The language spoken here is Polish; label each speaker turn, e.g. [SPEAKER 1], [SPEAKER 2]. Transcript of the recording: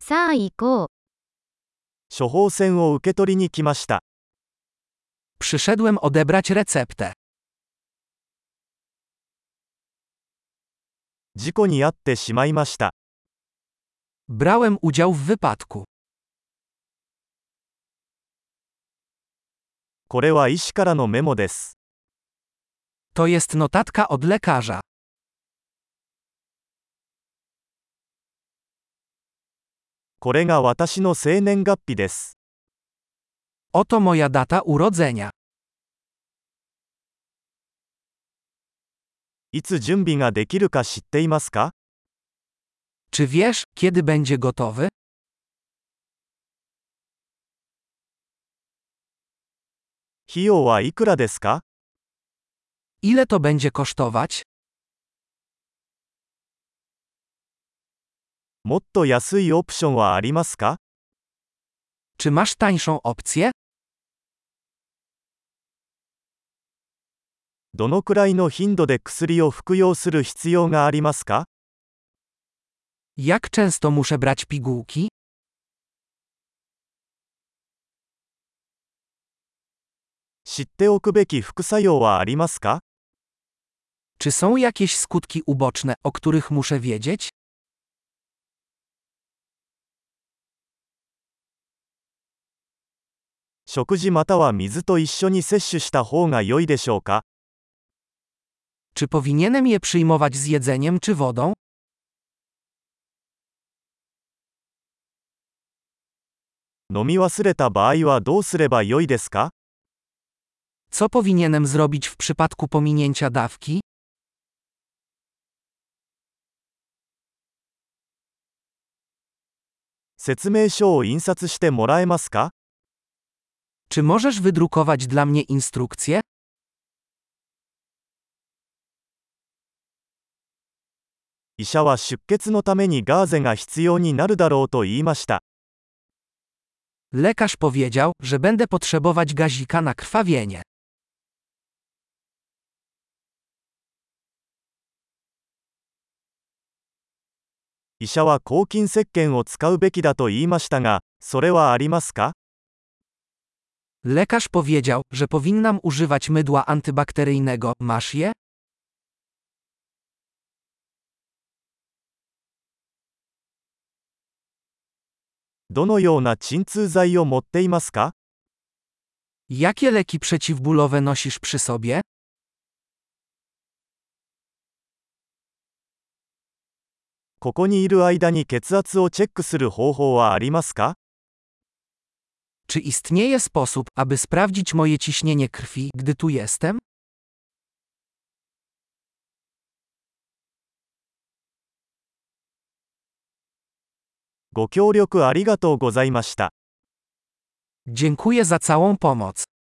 [SPEAKER 1] さあ行こう。
[SPEAKER 2] 処方箋を受け取りに来ました。
[SPEAKER 3] Przyszedłem odebrać receptę.
[SPEAKER 2] 事故に遭ってしまいました。
[SPEAKER 3] Brałem udział w wypadku.
[SPEAKER 2] これは医師からのメモです。
[SPEAKER 3] To jest notatka od lekarza.
[SPEAKER 2] これが私の生年月日です。
[SPEAKER 3] Oto moja data urodzenia.
[SPEAKER 2] いつ準備ができるか知っていますか
[SPEAKER 3] Czy wiesz, kiedy będzie gotowy?
[SPEAKER 2] 費用はいくらですか
[SPEAKER 3] Ile to będzie kosztować?
[SPEAKER 2] もっと安いオプションはありますか
[SPEAKER 3] Czy masz tańszą opcję?
[SPEAKER 2] どのくらいの頻度で薬を服用する必要がありますか
[SPEAKER 3] Jak często muszę brać pigułki?
[SPEAKER 2] 知っておくべき副作用はありますか
[SPEAKER 3] Czy są jakieś skutki uboczne, o których muszę wiedzieć?
[SPEAKER 2] 食事または水と一緒に摂取した方が良いでしょうか
[SPEAKER 3] Czy powinienem je przyjmować z jedzeniem czy wodą?
[SPEAKER 2] 飲み忘れた場合はどうすれば良いですか
[SPEAKER 3] Co powinienem zrobić w przypadku pominięcia dawki?
[SPEAKER 2] 説明書を印刷してもらえますか
[SPEAKER 3] Czy możesz wydrukować dla mnie instrukcję?
[SPEAKER 2] 医者は出血のためにガーゼが必要になるだろうと言いました。
[SPEAKER 3] Lekarz powiedział, że będę potrzebować gazika na krwawienie.
[SPEAKER 2] 医者は抗菌石鹸を使うべきだと言いましたが、それはありますか
[SPEAKER 3] Lekarz powiedział, że powinnam używać mydła antybakteryjnego. Masz je?
[SPEAKER 2] どのような鎮痛剤を持っていますか
[SPEAKER 3] Jakie leki przeciwbólowe nosisz przy sobie?
[SPEAKER 2] ここにいる間に血圧をチェックする方法はありますか
[SPEAKER 3] Czy istnieje sposób, aby sprawdzić moje ciśnienie krwi, gdy tu jestem?
[SPEAKER 2] ご協力ありがとうございました。
[SPEAKER 3] Dziękuję za całą pomoc.